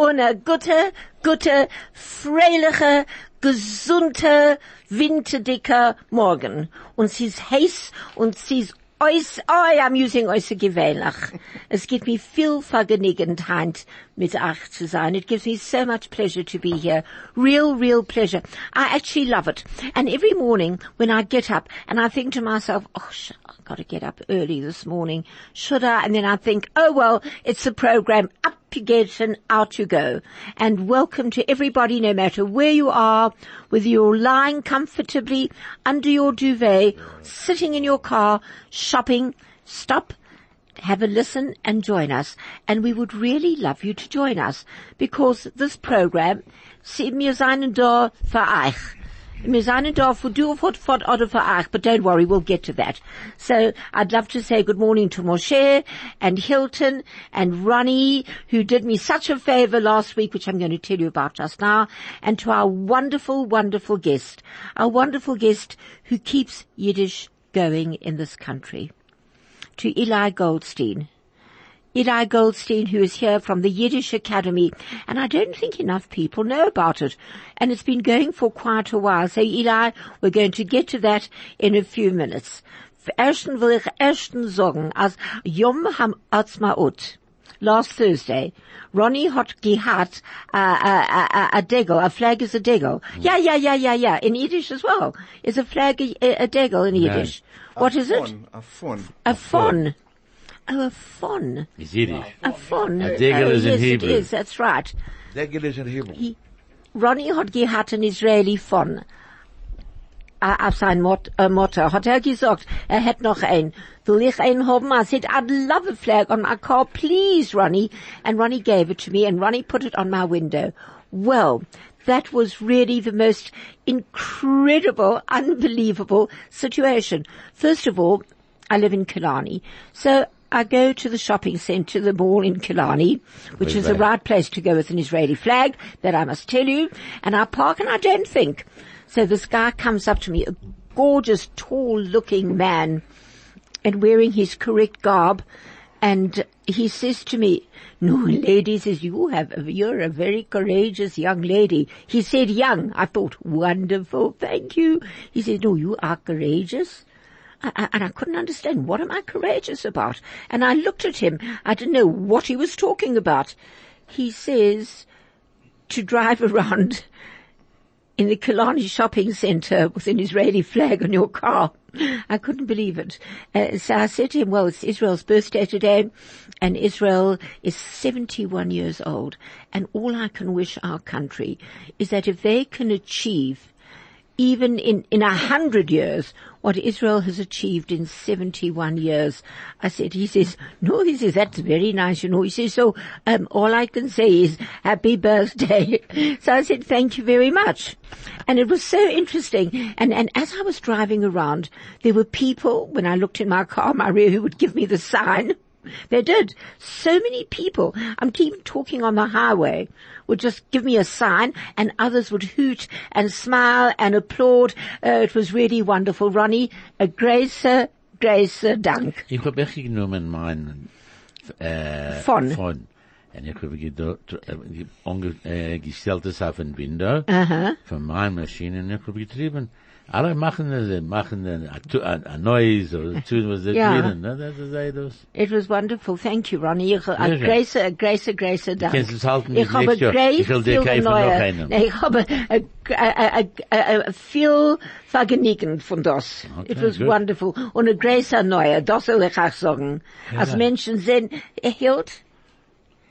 und eine gute, gute, freiliche, gesunde, winterdicke Morgen. Und es ist heiß und es ist äuß, oh, amusing, äußer gewöhnlich. Es gibt mir viel Vergnügenheit, mit euch zu sein. It gives me so much pleasure to be here. Real, real pleasure. I actually love it. And every morning when I get up and I think to myself, oh, sh- I've got to get up early this morning. Should I? And then I think, oh well, it's the program. Up you get and out you go. And welcome to everybody, no matter where you are, whether you're lying comfortably under your duvet, sitting in your car, shopping, stop, have a listen and join us. And we would really love you to join us because this program, see, wir sind da für euch. Wir sind da für du, für for oder für euch, but don't worry, we'll get to that. So I'd love to say good morning to Moshe and Hilton and Ronnie, who did me such a favor last week, which I'm going to tell you about just now, and to our wonderful, wonderful guest, our wonderful guest who keeps Yiddish going in this country to Eli Goldstein. Eli Goldstein, who is here from the Yiddish Academy, and I don't think enough people know about it. And it's been going for quite a while. So Eli, we're going to get to that in a few minutes. Ersten will ich ersten sagen, als Yom Ham Atzmaut. Last Thursday, Ronnie hat gehat a, a, a, a degel. A flag is a degel. Yeah, yeah, yeah, yeah, yeah. In Yiddish as well. Is a flag a, a degel in Yiddish? What is it? A fun. A fon. Oh, a fon. It's Yiddish. A fon. A degel Oh, is in yes, Hebrew. it is. That's right. Degel is in Hebrew. Ronnie hat gehabt an Israeli fon. Ah, Auf sein Mot äh, Motto hat er gesagt, er hätte noch ein. Will ich einen haben? I said, I'd love a flag on my car, please, Ronnie. And Ronnie gave it to me, and Ronnie put it on my window. Well, that was really the most incredible, unbelievable situation. First of all, I live in Killarney. So I go to the shopping centre, the mall in Killarney, which is the right place to go with an Israeli flag, that I must tell you. And I park and I don't think. So this guy comes up to me, a gorgeous, tall looking man, and wearing his correct garb. And he says to me, no, lady, he says, you have, you're a very courageous young lady. He said young. I thought, wonderful, thank you. He said, no, you are courageous. I, I- and I couldn't understand what am I courageous about? And I looked at him. I didn't know what he was talking about. He says to drive around in the Killarney shopping centre with an Israeli flag on your car. I couldn't believe it. Uh, so I said to him, well, it's Israel's birthday today and Israel is 71 years old. And all I can wish our country is that if they can achieve even in, in a hundred years, what Israel has achieved in 71 years. I said, he says, no, he says, that's very nice, you know. He says, so, um, all I can say is happy birthday. so I said, thank you very much. And it was so interesting. And, and as I was driving around, there were people, when I looked in my car, my rear, who would give me the sign. They did. So many people. I'm keep talking on the highway would just give me a sign and others would hoot and smile and applaud. Uh, it was really wonderful. Ronnie, a gracer, gracer dank. Ich hab echt genommen mein, äh, Von. Und ich habe gedacht, äh, ich hab ange, äh, gestellt es auf ein Binder. Von meiner Maschine und ich habe getrieben. Alle machen das, äh, machen ein, ein, ein neues oder tun was sie Ja. wollen. ne? Das ist eh das. It was wonderful. Thank you, Ronnie. Ich, a Pleasure. gracer, a gracer, gracer eh, dank. kannst es halten bis ich habe nächstes Jahr. great Ich will dir viel kaufen noch neue- einen. Nee, ich habe a, a, a, a, a viel vergnügen von das. Okay, It was good. wonderful. Und a gracer neue, das soll ich auch sagen. Als Menschen sind, erhielt,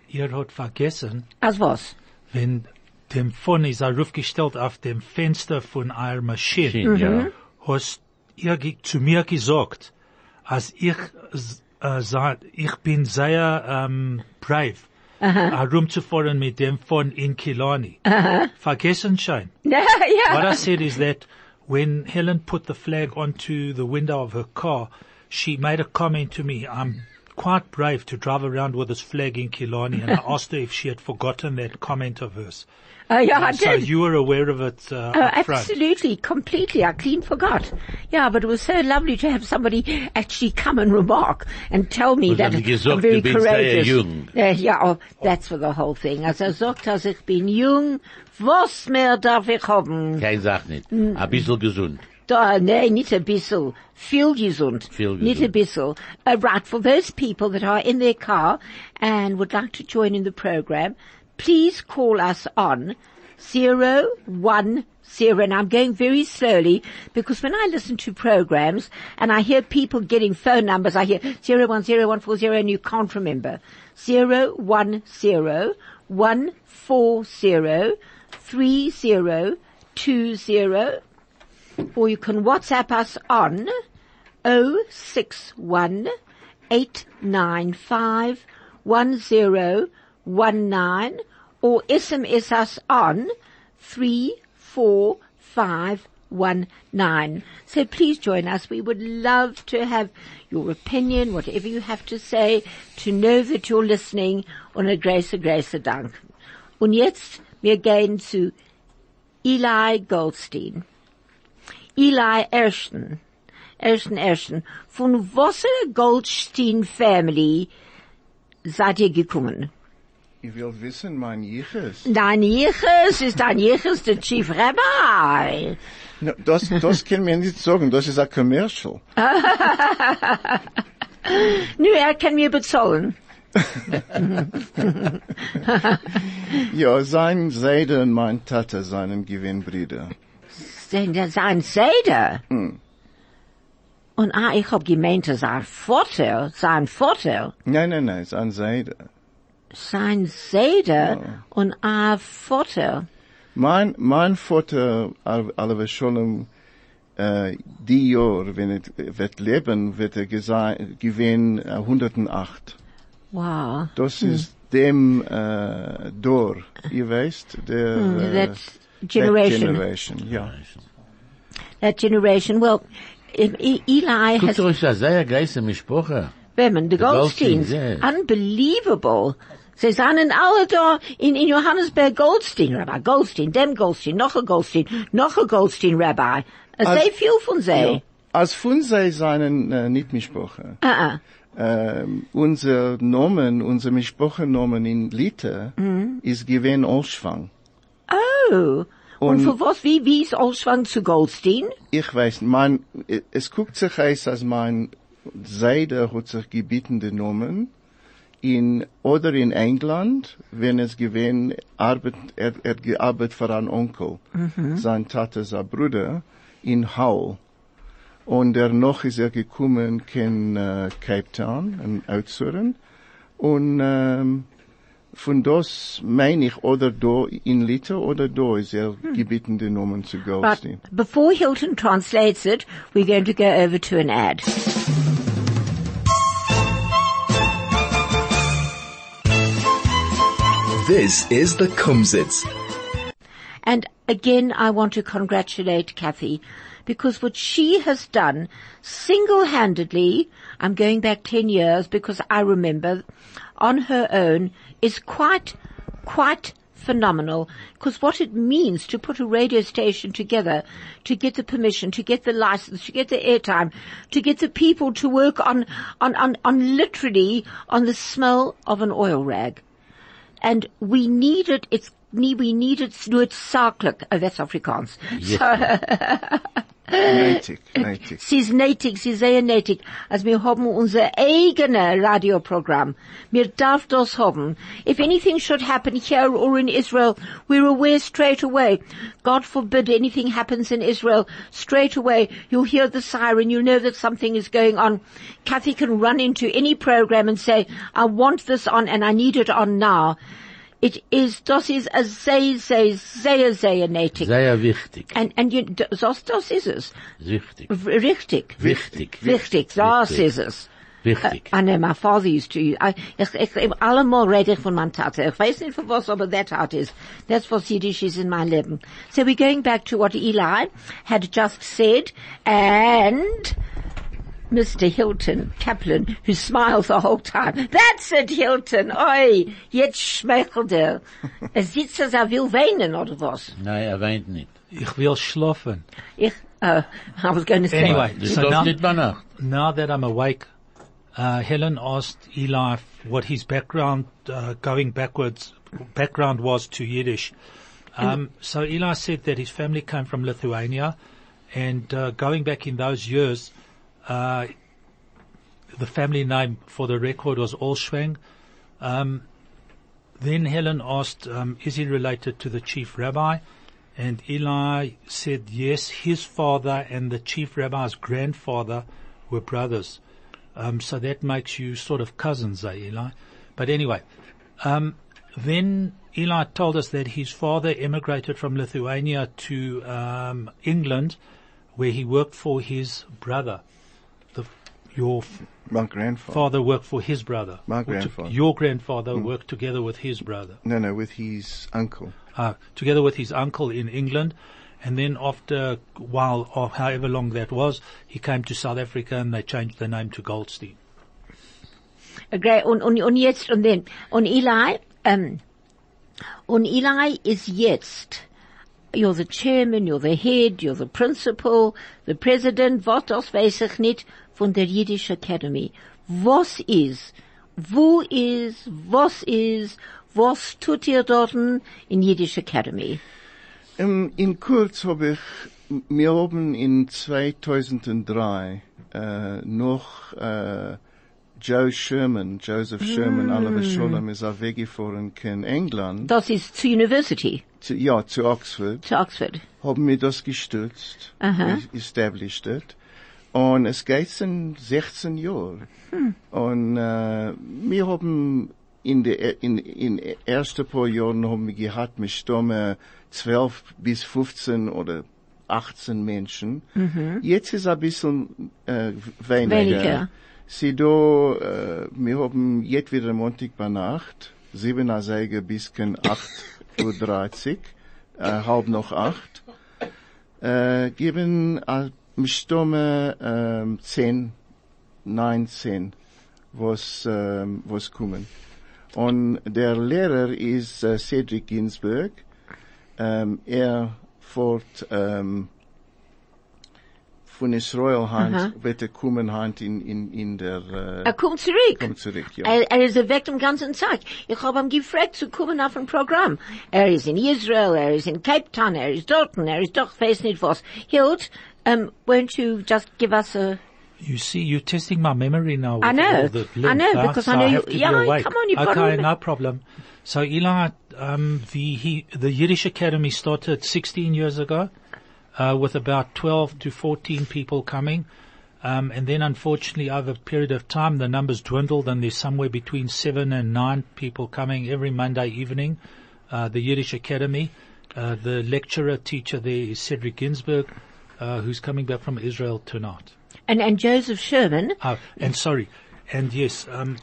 Ihr hat vergessen, als was? wenn dem Fon ist er aufgestellt auf dem Fenster von einer Maschine, Schön, ja. hast ihr ge- zu mir gesagt, als ich, s- äh, sa- ich bin sehr ähm, brave. herumzufahren mit dem von in Killarney. Vergessen schein. yeah, What I said is that when Helen put the flag onto the window of her car, she made a comment to me. I'm quite brave to drive around with this flag in Killarney, and I asked her if she had forgotten that comment of hers. Uh, yeah, I so did. you were aware of it uh, Oh, up front. absolutely, completely. I clean forgot. Yeah, but it was so lovely to have somebody actually come and remark and tell me Was that haben die gesagt, I'm very du bist courageous. sehr jung. Uh, yeah, oh, that's for the whole thing. Also sagt, dass ich bin jung. Was mehr darf ich haben? Kein Sach nicht. Mm. Ein bisschen gesund. Da, nee, nicht ein bisschen. Viel gesund. Viel gesund. Nicht ein bisschen. Uh, right, for those people that are in their car and would like to join in the program, please call us on zero one zero. And I'm going very slowly because when I listen to programs and I hear people getting phone numbers, I hear zero one zero one four zero and you can't remember. Zero one zero one four zero three zero two zero or you can WhatsApp us on 061 895 1019 or SMS us on 34519. So please join us. We would love to have your opinion, whatever you have to say, to know that you're listening on a Grace, Grace, Dank. Und jetzt, wir gehen zu Eli Goldstein. Eli Ashton. Ashton, Ashton. Von Wasser Goldstein Family seid ihr gekommen? Ich will wissen, mein Jiches. Dein Jiches ist dein Jiches, der Chief Rabbi. No, das, das kann man nicht sagen, das ist ein Commercial. Nu, er kann mir bezahlen. Ja, sein Seide und mein Tate, seinem Gewinnbrüder. Sein, sein Seder. Hm. Und ah, ich hab gemeint, sein Vater, sein Vater, Nein, nein, nein, sein Seide. sein Seder und ein Vater. Mein, mein Vater, Al- Alva Sholem, äh, die Jahr, wenn er wird leben, wird er gese- gewinnen äh, 108. Wow. Das ist dem, äh, Dor, ihr weißt, der, äh, Hm, That that generation. generation, ja. That generation. Well, e- E- Eli Guckt has euch das sehr gleiche Mischproche. Women, the Goldsteins. Goldsteins, yes. Unbelievable. Sie seien alle da in, in Johannesburg Goldstein, Rabbi Goldstein, dem Goldstein, noch ein Goldstein, noch ein Goldstein, Rabbi. Es Als- sei viel von sie. Als Funsei seinen äh, Nicht-Mischproche. Ah, ah. Ähm, unser Nomen, unser Mischproche-Nomen in Liter ist gewähn Olschwang. Oh. Und Und- für was, wie, wie ist Ausschwang zu Goldstein? Ich weiß, mein, äh, es guckt sich aus, als mein Seide hat sich gebeten den Nomen in, oder in England, wenn es gewähn Arbeit, er, er gearbeitet für einen Onkel, sein Tate, sein Bruder, in Hull. Und danach ist er gekommen in äh, Cape Town, in Oudtshoorn. Und ähm, von das meine ich, oder da in Liter oder da ist er gebeten, den Nomen zu But Goldstein. before Hilton translates it, we're going to go over to an ad. This is the Kumsitz. And again, I want to congratulate Kathy because what she has done single-handedly, I'm going back 10 years because I remember on her own is quite, quite phenomenal because what it means to put a radio station together, to get the permission, to get the license, to get the airtime, to get the people to work on, on, on, on literally on the smell of an oil rag and we need it. It's nee, we need it. Nur het zakelijk. Oh, that's Afrikaans. Natick, Natick. Sie ist nötig, sie ist sehr nötig. Also wir haben unser eigenes Radioprogramm. Wir darf das haben. If anything should happen here or in Israel, we're aware straight away. God forbid anything happens in Israel, straight away you'll hear the siren, you'll know that something is going on. Kathy can run into any program and say, I want this on and I need it on now. It is, das ist a sehr, sehr, sehr, sehr nötig. Sehr wichtig. And, and you, das, das ist es. Wichtig. Richtig. Wichtig. Richtig, das Richtig. ist es. Äh, Wichtig. Uh, I know my father used to. I, ich, ich, allemal rede ich von meinem Tate. Ich weiß nicht von was, aber that art is. That's what Yiddish is in my Leben. So we're going back to what Eli had just said, and Mr. Hilton Kaplan, who smiles the whole time. That's it, Hilton. Oi, jetzt schmeichelt er. Er sitzt, als er will weinen, oder was? Nein, er weint nicht. Ich will schlafen. Ich, uh, I was going to say. Anyway, Du so darfst now, nicht bei Nacht. now that I'm awake, uh, Helen asked Eli f- what his background, uh, going backwards, background was to Yiddish. Um, so Eli said that his family came from Lithuania, and uh, going back in those years, uh, the family name for the record was Olschwang. Um, then Helen asked, um, "Is he related to the chief rabbi?" And Eli said, yes, his father and the chief rabbi's grandfather were brothers. Um, so that makes you sort of cousins, eh, Eli? But anyway, um, then Eli told us that his father emigrated from Lithuania to um, England, where he worked for his brother. The, your My grandfather. father worked for his brother. My Or to- grandfather. Hmm. Your grandfather worked together with his brother No, no, with his uncle. uh, together with his uncle in England. And then after a while, or however long that was, he came to South Africa and they changed the name to Goldstein. Okay, und, und, und jetzt, und dann, und Eli, ähm, und Eli ist jetzt, you're the chairman, you're the head, you're the principal, the president, was das weiß ich nicht, von der Yiddish Academy. Was ist, wo ist, was ist, was tut ihr dort in Yiddish Academy? Ähm, in kurz habe ich, wir haben in 2003 äh, noch äh, Joe Sherman, Joseph Sherman, mm. Oliver Sholem ist auch weggefahren in England, Das ist zur University, zu, ja, zu Oxford. zu Oxford. haben wir das gestützt, Aha. es- established it. Und es geht in 16 Jahren. Und äh, wir haben in der äh, in in erste paar Jahren haben wir gehabt mit Stürme 12 bis 15 oder 18 Menschen. Jetzt ist ein bisschen äh, weniger. Weniger. Sie do, äh, wir haben jetzt wieder Montag bei Nacht, 7 Uhr Säge bis 8.30 Uhr, 30, äh, halb noch 8 äh, geben äh, im Sturme ähm, 10, 19, was, ähm, was kommen. Und der Lehrer ist äh, Cedric Ginsberg. Ähm, er fort ähm, von Israel Hand, Aha. wird er kommen Hand in, in, in der, äh, Er kommt zurück. kommt zurück, ja. Er, er ist weg den ganzen Tag. Ich habe ihn gefragt zu kommen auf ein Programm. Er ist in Israel, er ist in Cape Town, er ist dort, und er ist doch, ich weiß nicht was. Hilt, um, won't you just give us a... You see, you're testing my memory now. With I know. all the I know, links, because so I know have you- to be yeah, awake. come on, you've got okay, to remember. no problem. So Eli, um, the he, the Yiddish Academy started 16 years ago, uh, with about 12 to 14 people coming. Um, and then unfortunately over a period of time, the numbers dwindled and there's somewhere between seven and nine people coming every Monday evening, uh, the Yiddish Academy. Uh, the lecturer teacher there is Cedric Ginsberg, uh, who's coming back from Israel tonight. And, and Joseph Sherman. Oh, and sorry, and yes, um,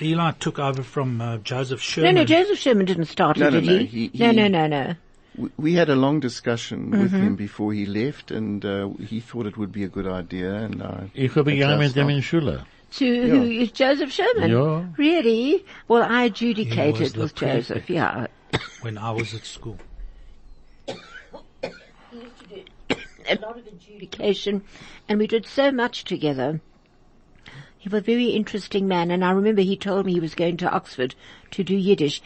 Eli took over from uh, Joseph No, Sherman. no, Joseph Sherman didn't start it, No, no, did no, he? he- No, no, he- no, no. We- we had a long discussion with him before he left and uh, he thought it would be a good idea and uh, I, Ich habe gegangen mit Adjust, dem no? in Schule. To who is Joseph Sherman? Yeah. Really? Well, I He was adjudicated the with Joseph, prefect. yeah. When I was at school, A lot of adjudication, and we did so much together. He was a very interesting man, and I remember he told me he was going to Oxford to do Yiddish.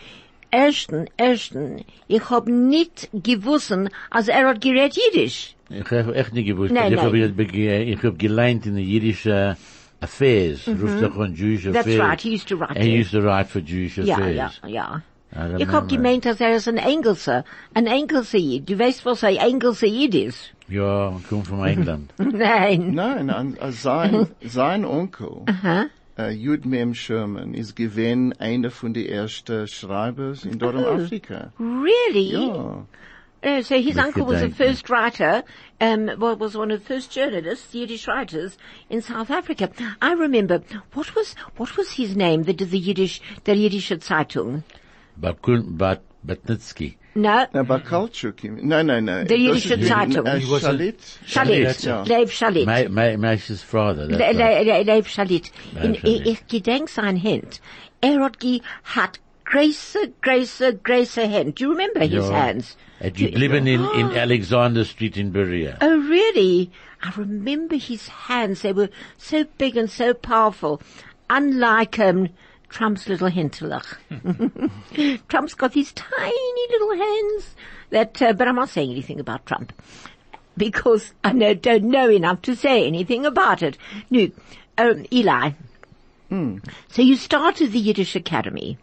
Ersten, ersten, ich hab nicht gewusst, als er hat gerät Yiddish. Ich habe echt nicht gewusst. Nein, ich nein. habe jetzt bege- eh, ich habe gelernt in den jüdischen Affairs. Ruft doch an Jewish Mhm. That's Affairs. right, he used to write He it. used to write for Jewish Ja, Affairs. ja, ja. I remember. Ich hab gemeint, dass er ist ein Engelsser, ein Engelsser Jid. Du weißt, was ein Engelsser Jid ist? Ja, und kommt von England. Nein. Nein, an, an sein, sein Onkel, äh, Jude Mem Sherman, ist Ah. gewesen einer von den ersten Schreibers in Nordafrika. Really? Ja. No, Uh, so his Look uncle at was the that. first writer, um, well, was one of the first journalists, Yiddish writers in South Africa. I remember, what was, what was his name that did the Yiddish, the Yiddish Zeitung? Bakun, Bat, Batnitsky. No, Uh, Na, Bakalchuk. No, no, no. The Yiddish Das ist- Zeitung. Äh, He was a- Shalit. Shalit, Shalit, ja. Leib Shalit. My, my, my his father. that's Le- right. Le- Le- Leif Shalit. Leif In, Shalit. ich gedenk sein Hand. Erotgi hat große, große, große Hand. Do you remember his Yeah. hands? Had you living in, in Alexander Street in Berea? Oh, really? I remember his hands. They were so big and so powerful. Unlike, um, Trump's little hinterlach. Trump's got these tiny little hands that, uh, but I'm not saying anything about Trump because I know, don't know enough to say anything about it. No, um, Eli. So you started the Yiddish Academy.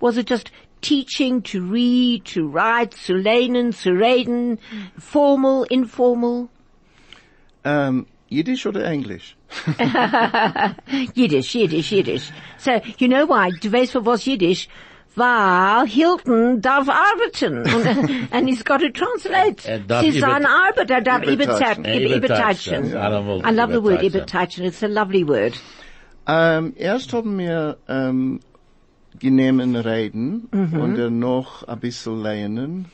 Was it just teaching to read, to write, zu lehnen, zu reden, formal, informal? Ähm, Jiddisch oder Englisch? Yiddish, Yiddish, Yiddish. So, you know why? Du weißt, wo was Yiddish? Weil Hilton darf arbeiten. Und, and he's got to translate. Er darf Sie seine über- Arbeit, er darf übersetzen. überteilen. Eh, Überteilen. überteilen. I don't want I love the word überteilen. überteilen. It's a lovely word. Ähm, erst haben wir ähm, genehmen reden Mhm. und dann noch ein bisschen lernen.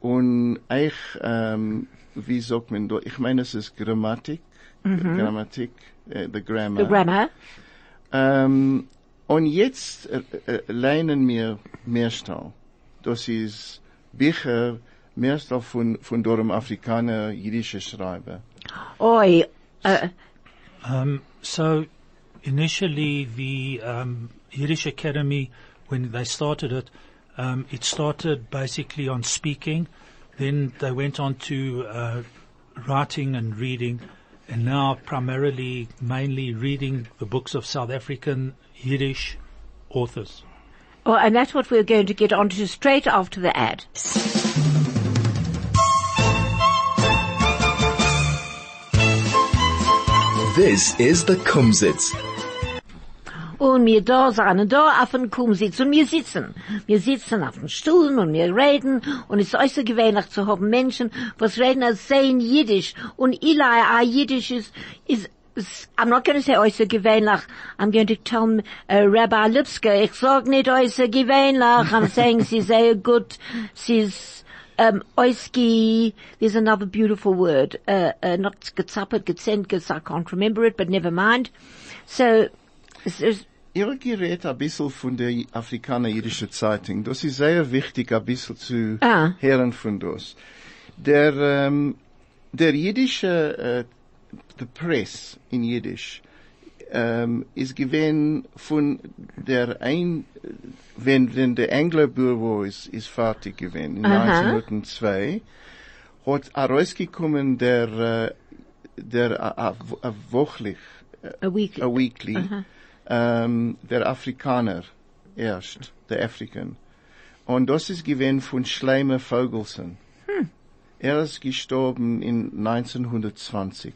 Und ich, ähm, wie sagt man da? Ich meine, es ist Grammatik. Grammatik, äh, the grammar. Mhm. The grammar. Ähm, und jetzt äh, äh, lernen wir Mehrstall. Das ist Bücher, Mehrstall von, von dem Afrikaner, jüdische Schreiber. Oi. Uh, So initially the um, Yiddish Academy, when they started it, um, it started basically on speaking. Then they went on to uh, writing and reading, and now primarily, mainly reading the books of South African Yiddish authors. well, oh, and that's what we're going to get onto straight after the ad. This is the Kumsitz. Und wir da sind und da auf dem Kumsitz und wir sitzen. Wir sitzen auf den Stuhlen und wir reden und es ist äußerst gewöhnlich zu haben Menschen, was reden als sehen Jiddisch und Eli, our Yiddish is, is, is- I'm not going to say äußerst gewöhnlich. I'm going to tell uh, Rabbi Lipska, ich sag nicht äußerst gewöhnlich. I'm saying sie sehr gut. Sie ist um, oiski, there's another beautiful word, uh, uh, not gezappert, gezentges, I can't remember it, but never mind. So, s- s- Ihr gerät ein bisschen von der afrikaner-jüdischen Zeitung. Das ist sehr wichtig, ein bisschen zu Ah. hören von das. Der, ähm, der jüdische, äh, the press in Jiddisch, ähm, ist gewesen von der ein, wenn, wenn der Anglerbüro ist, ist fertig gewesen, in Aha. 1902, hat herausgekommen der, äh, der, a, a, a wochlich, äh, a week. a weekly. Ähm, der Afrikaner erst, der African. Und das ist gewesen von Schleimer Vogelsen. Er ist gestorben in 1920.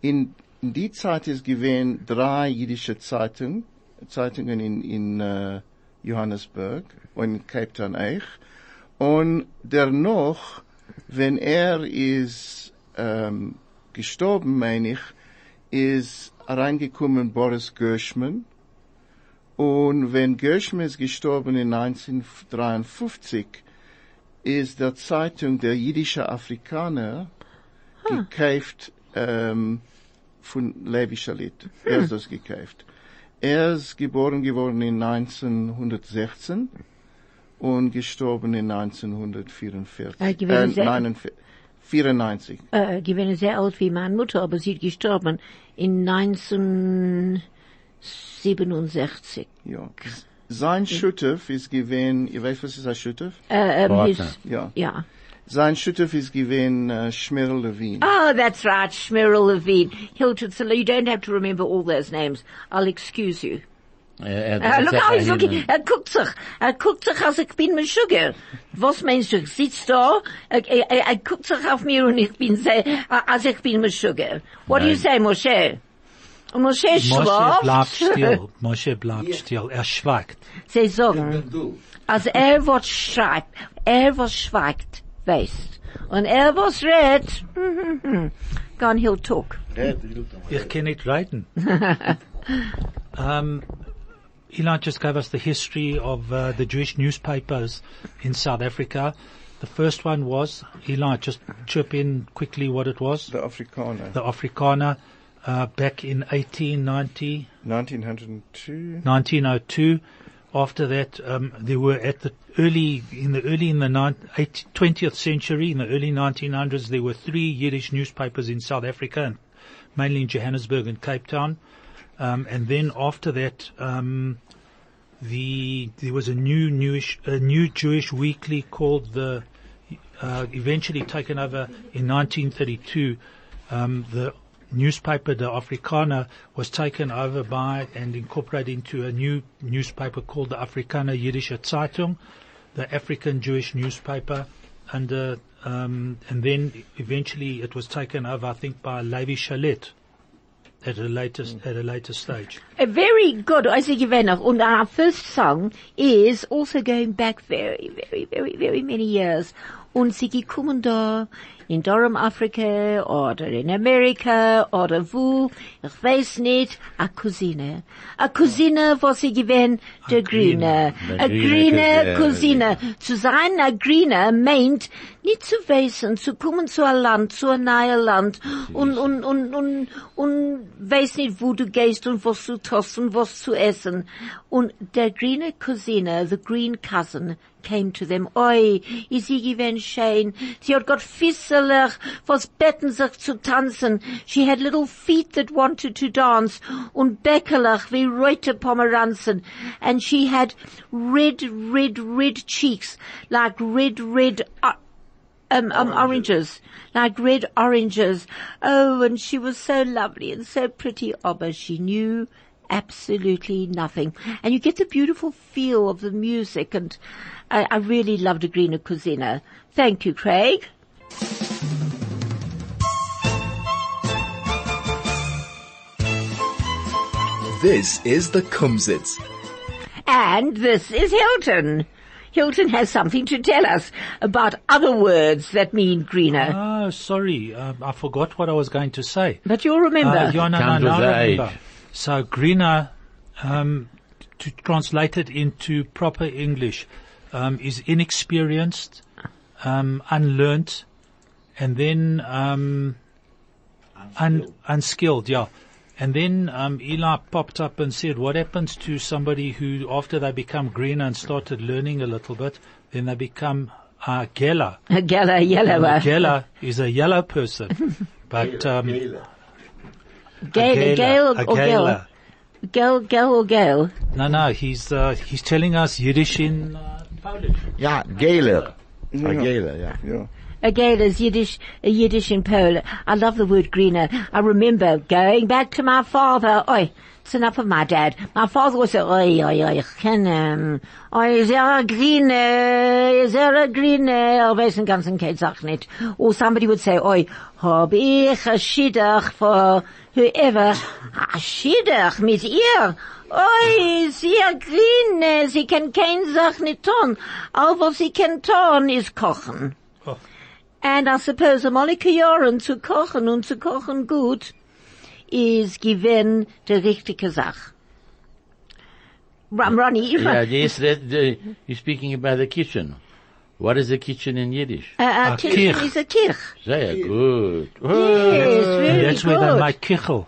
In, in die Zeit ist gewesen drei jüdische Zeitungen, Zeitungen in, in äh, Johannesburg und in Cape Town Eich. Und dennoch, wenn er ist ähm, gestorben, meine ich, ist reingekommen Boris Gershman. Und wenn Gershman ist gestorben in 1953, ist der Zeitung der jüdische Afrikaner gekauft ähm, von Levi Shalit. Er Hm. ist das gekauft. Er ist geboren geworden in 1916 und gestorben in Äh, 1944. Ah, gewesen sehr- 99 94. Äh, die werden sehr alt wie meine Mutter, aber sie ist gestorben in 1967. Ja. Sein Schüttöf ist gewesen, ihr weißt, was ist ein Schüttöf? Äh, ähm, Partner. his- Ja. ja. Sein Schüttöf ist gewesen äh, Schmirl Levin. Oh, that's right, Shmerel Levine, Hilton Sala. You don't have to remember all those names. I'll excuse you. Eh, eh, Uh, look that's how he's a- looking. Er guckt sich. Er guckt sich, als ich bin mit Sugar. Was meinst du? Ich sitz da, er, er, er er guckt sich auf mir und ich bin sehr, uh, als ich bin mit Sugar. What do you Nein. say, Moshe? Moshe Moshe bleibt schläft. still. Moshe bleibt still. Er schweigt. Sie sagen, als er was schreibt, er was schweigt, weißt. Und er was redt, gone he'll talk. Ich kann nicht reiten. um, Elon just gave us the history of uh, the Jewish newspapers in South Africa. The first one was, Elon, just chip in quickly what it was. The Afrikaner. The Afrikaner, uh, back in 1890, 1902. 1902. After that, um, there were at the early, in the early in the nine- eight- 20th century, in the early 1900s, there were three Yiddish newspapers in South Africa, and mainly in Johannesburg and Cape Town. Um, and then after that, um, the there was a new newish, a new Jewish weekly called the, uh, eventually taken over in 1932. Um, the newspaper the Afrikaner was taken over by and incorporated into a new newspaper called the Afrikaner Yiddische Zeitung, the African Jewish newspaper. Under um, and then eventually it was taken over, I think, by Levi Shalit at a later at a later stage. A very good, also gewinner. And our first song is also going back very, very, very, very many years. Und sie gekommen da in Durham, Afrika, oder in Amerika, oder wo, ich weiß nicht, a Cousine. A Cousine, was sie gewinnt, der Grüne. A Grüne Grüne Cousine. Zu sein a Grüne meint, nicht zu wissen, zu kommen zu ein Land, zu ein neues Land, und, und, und, und, und weiß nicht, wo du gehst und was du tust und was zu essen. Und der grüne Cousine, the green cousin, came to them. Oi, is sie gewesen schön. Sie hat got fisselech, was betten sich zu tanzen. She had little feet that wanted to dance und beckelech wie reute Pomeranzen. And she had red, red, red cheeks, like red, red, uh, um, um, oranges, like red oranges. Oh, and she was so lovely and so pretty, oh, but she knew absolutely nothing. And you get the beautiful feel of the music, and I, I really loved Agrina Cousina. Thank you, Craig. This is the Kumsitz. And this is Hilton. Hilton has something to tell us about other words that mean greener. Oh, sorry, um, I forgot what I was going to say. But you'll remember. Uh, yeah, no, no, Comes no, with I age. remember. So greener, um, to translate it into proper English, um, is inexperienced, um, unlearnt, and then um, un- unskilled. Yeah, and then um, Eli popped up and said, "What happens to somebody who, after they become greener and started learning a little bit, then they become uh, geller?" Geller, yellower. A geller is a yellow person, but um, Gale, a Gale geller, or a geller. Gale. Gale, Gale or Gale. No, no, he's uh, he's telling us Yiddish in uh, Polish. Ja, Gele. Ja, Gele, ja. Yeah. Again, as Yiddish, uh, Yiddish in Poland. I love the word greener. I remember going back to my father. Oi, it's enough of my dad. My father was a, oi, oi, oi, ich kenn him. Oi, is er a greener? Is er a greener? Ich weiß den ganzen Ketzach nicht. Or somebody would say, oi, hab ich a Schiddach for whoever. A Schiddach mit ihr? Oi, sie a greener. Sie kann kein Sach nicht tun. All was sie kann tun, ist kochen. And I suppose a Molekujoren zu kochen und zu kochen gut is given die richtige Sache. Ram Ronnie, Eh, you Yeah, yes, that, the, you're speaking about the kitchen. What is the kitchen in Yiddish? uh, uh, A kitchen kirch. is a kirch. Very good. Yes, very That's good. where they make kichel.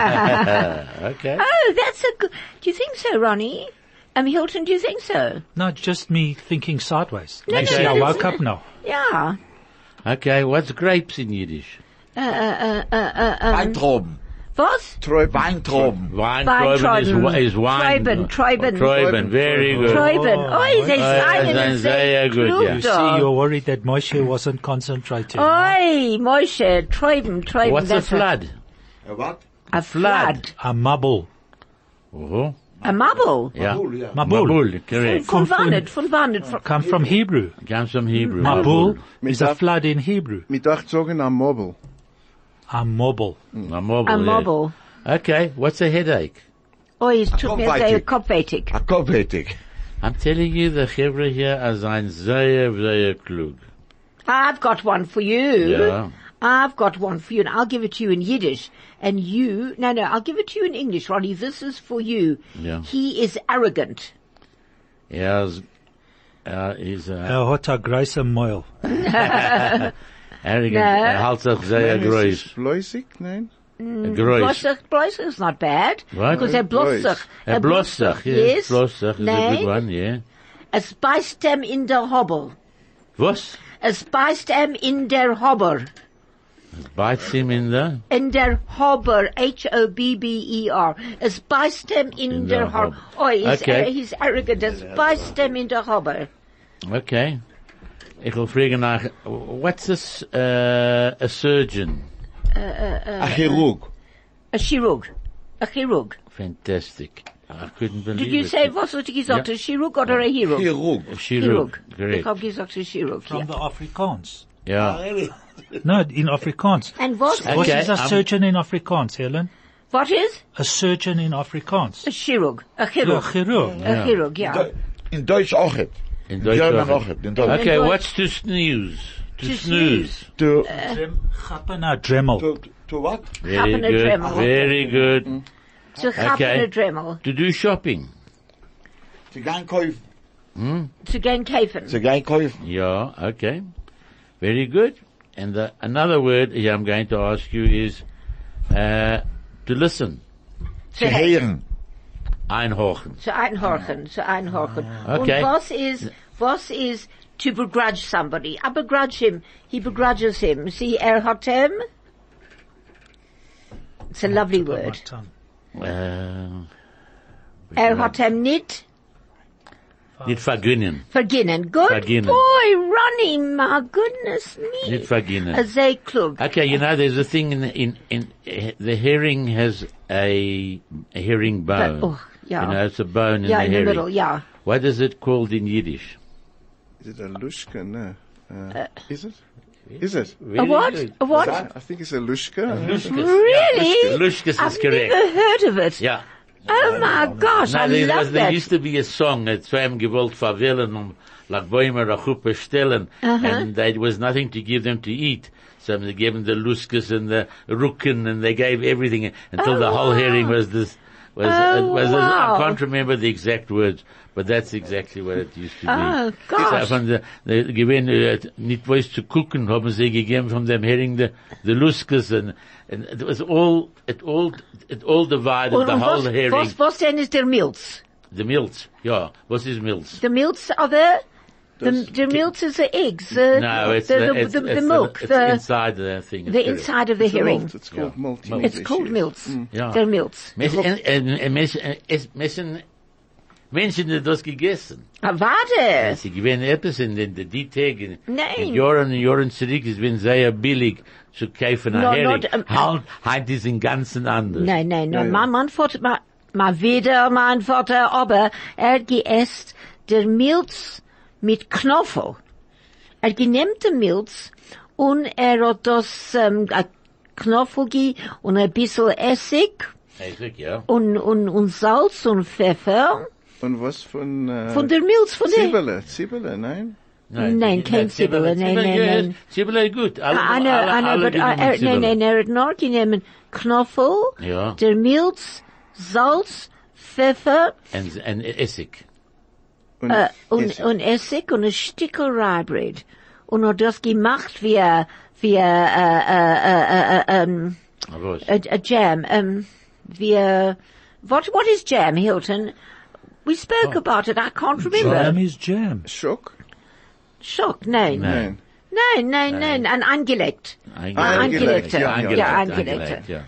Okay. oh, that's a good. Do you think so, Ronnie? Um, Hilton, do you think so? No, just me thinking sideways. no, Actually, no, I that's- woke up now. Yeah. Okay, what's grapes in Yiddish? Weintrauben. Was? Träuben. Weintrauben. Wine, Weintrauben. Trauben is, mm. wi- is wine. Trauben, Trauben. Trauben, very good. Träuben. Oh, they Oh, sign they and say say good, yeah. You klug see, you're dog. worried that Moshe wasn't concentrating. Oh. Oi, Moshe, Träuben, Träuben. What's a that's flood? What? A, a flood. A mabul. Oh, A marble. yeah. Mabul. Mabul, correct. Von Come from- wann? Von wann? Von- Come from Hebrew. Comes from Hebrew. Mabul is a Mizrach- flood in Hebrew. Mit acht Sorgen am Mobile. A mobile. Mabul. A yes. marble. Okay, what's a headache? Oh, es tut mir sehr Kopfweitig. kopfweitig. A Kopfhätig. I'm telling you, the Hebrew here are sein sehr, sehr klug. I've got one for you. Yeah. I've got one for you and I'll give it to you in Yiddish. And you, no, no, I'll give it to you in English, Ronnie. This is for you. Yeah. He is arrogant. Er ist, er ist äh, Er hat a große Meul. Uh, arrogant, No. mm, er hält sich sehr Nein, es groß. ist bläusig, nein? Groß. Blossach, Blossach is not bad. Right. Because they're Blois. blossach. Er blosst sich, yes. Yes. Blosst sich, is a good Nein. one, yeah. Es beißt dem in der Hobble. Was? Es beißt dem in der Hobber. Bites him in the, In der Hobber. H-O-B-B-E-R. Es beißt dem in, In der der Hobber. Oh, he's, Okay. uh, he's arrogant. Es beißt dem in der Hobber. okay. Ich will fragen nach, what's this, uh, a surgeon? A chirurg. A chirurg. A chirurg. Fantastic. I couldn't believe Did you it. say, was hat gesagt? Ja. A chirurg oder a chirurg? Chirurg. Chirurg. Ich hab Correct. gesagt, a chirurg. From ja. the Afrikaans. Oh, Yeah. No, in Afrikaans. And what, What Okay, is a I'm- surgeon in Afrikaans, Helen? what is? A surgeon in Afrikaans. A chirurg. A A chirurg. chirurg. A chirurg, ja. Deu- In Deutsch auch. it. In In German Deutsch- auch. it, In Deutsch. Okay, In Deutsch- what's to snooze? To To snooze. To, Chapana Dremel. to, to what? Very Happen a good. Dremel. Very Mm-hmm. good. Zu haben Okay. a Dremel. To do shopping. To gaan kaufen. Zu gehen käfen. To gaan kaufen. Yeah, okay. Very good. And the, another word here I'm going to ask you is, uh, to listen. Zu Zu hören. Einhorchen. Zu einhorchen, zu einhorchen. Ah. Okay. Und was is, was is to begrudge somebody? I begrudge him. He begrudges him. See, er hat him. It's a lovely My word. tongue. Uh, Ah. Er hat him nicht nicht vergönnen. verginnen. Good Verginnen. boy, Ronnie, my goodness me. Nicht verginnen. A sehr klug. Okay, you know, there's a thing in, in, in, eh, the herring has a, a herring bone. But- oh, yeah. You know, it's a bone yeah, in in the the herring. middle, yeah. What is it called in Yiddish? Is it a lushka? No. Uh, is it? Is it? A Äh. what? A what? I think it's a lushka. Really? Lushkas is I've correct. never heard of it. Yeah. Oh my gosh, I No, there, was, love there that. used to be a song, it's Fam Gewalt Favelen, um, like Boimer, Achupa, Stellen, Uh-huh. and there was nothing to give them to eat. So they gave them the luskas and the rucken and they gave everything until Oh, the whole wow. herring was this, was, Oh, uh, was this, I wow. can't remember the exact words, but that's exactly what it used to be. Oh, gosh. So von der, der gewinn, äh, nicht weiß zu gucken, haben sie gegeben von dem Hering, the, the luskas and, and it was all, it all, it all divided Und- the und whole was, herring. was, was denn ist der Milz? The Milz, yeah. What's his Milz? The Milz are the, the, the Milz is the eggs, the, No, it's the, the, it's, the, it's the milk, It's the, inside the thing. the eh, inside of the It's a herring. malt. It's called malt. in It's English, called yes. Milz. Yeah. Der Milz. Mes- en- en- en- mes- en- es- messen- Menschen die das gegessen. Ah, warte. Sie gewinnen etwas in den den die Tage. in- Nein. In Jahren und Jahren zurück, es bin sehr billig zu kaufen No, ein Hering. not, um, Halt, halt ist im Ganzen anders. Nein, nein, nein. Mein Mann fort, ma, ma wieder mein Vater, aber er geesst der Milz mit Knoffel. Er genimmt den Milz und er hat das ähm, a Knoffel ge und ein bisschen Essig Ich sag, ja. und, und, und Salz und Pfeffer Und was von, äh, von der Milz, von der... Zwiebele, Zwiebele, nein? Nein, Nein, kein Zwiebeln, nein, Zwiebeln, nein, ja, nein. Zwiebeln ist gut. Alle, I know, alle, I know, alle ah, but gewinnen er, nein, Zwiebeln. nein, er hat nur genommen Knoffel, Ja. der Milz, Salz, Pfeffer, Und, und Essig. Und, Äh, und, Essig. und Essig und ein Stickel Rye-Bread. Und hat das gemacht wie, a- wie, a, äh, äh, äh, äh, ähm, Aber was? a, a Jam, ähm, wie, a- what, what is Jam, Hilton? We spoke about it, I can't remember. Jam is jam. Schock? Schock, nein. Nein, Nein. nein, nein, ein angelegt. Angelegt, Angelegte. ja, ja, Ja, angelegt, angelegte. ja.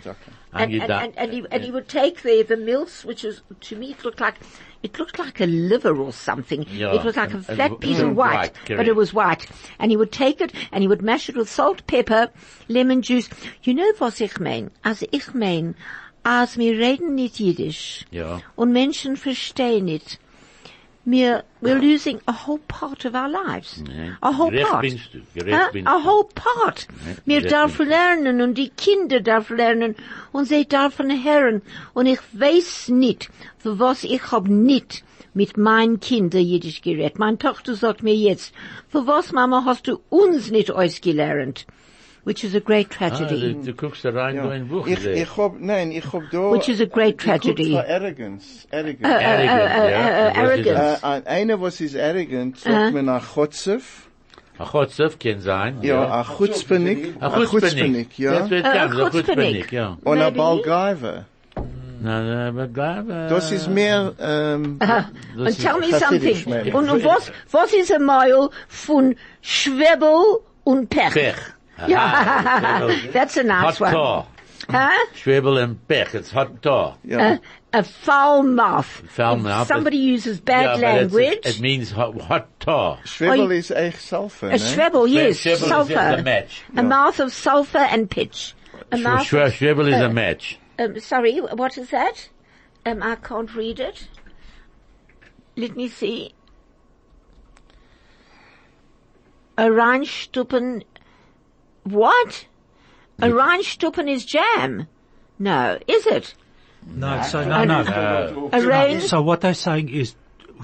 And, and, and, and, he, and he would take the, the mills, which is, to me, it looked like, it looked like a liver or something. Yeah, It was like and- a and flat w- piece of white, white, but correct. it was white. And he would take it and he would mash it with salt, pepper, lemon juice. You know was ich mein? Also ich mein, als wir reden nicht Jiddisch Ja. und Menschen verstehen nicht, We're, we're losing a whole part of our lives. Nee. A whole Gerecht part. binst du, gerecht Huh? binst A du. whole part. Nee, Mir gerecht darf binst du. lernen und die Kinder darf lernen und sie dürfen hören. Und ich weiß nicht, für was ich hab nicht mit meinen Kindern Jiddisch geredet. Meine Tochter sagt mir jetzt, für was, Mama, hast du uns nicht ausgelernt? Which is a great Ah, tragedy. du, du guckst da rein, du ein Buch. Ich, seh. ich hab, nein, ich hab da. Which is a great ich guck tragedy. for Arrogance, arrogance. Eh, Arrogant, ja. äh, Was ist arrogant. das? Äh, an einer, was ist arrogant, sagt Uh-huh. man a Chotzef, Ein Chotzef kann sein. ja, a Chutzpenik, Ein a Chutzpenik, Chutzpenik. ja, Das wird Äh, ein ganz, ein Chutzpenik. Chutzpenik, ja. und a Maybe. Balgaiva. Na, na, aber bleib, äh, Das ist mehr, ähm, Uh-huh. das And ist- tell me Chassidisch, something. meine ich. Und, und was, was ist ein Meil von Schwebel und Pech? Pech. Ah, Ja, Aha. that's a nice Hot one. Tor. Huh? Schwebel und Pech. It's hot Tor. Uh-huh. ja, A foul mouth. Foul If mouth, Somebody uses Ja, bad but that's- language. It means hot, hot Tor. Schwebel I- ist echt a Salfe, ne? shrebel, yes, Schwebel eh? is just sulfur. a match. A mouth of sulfur and pitch. A mouth. Schwe- of- Schwebel is a match. um, sorry, what is that? Um, I can't read it. Let me see. A Rheinstuppen. What? A Rheinstuppen is jam. No, is it? No, so no, no. Uh, A rain? So what they're saying is,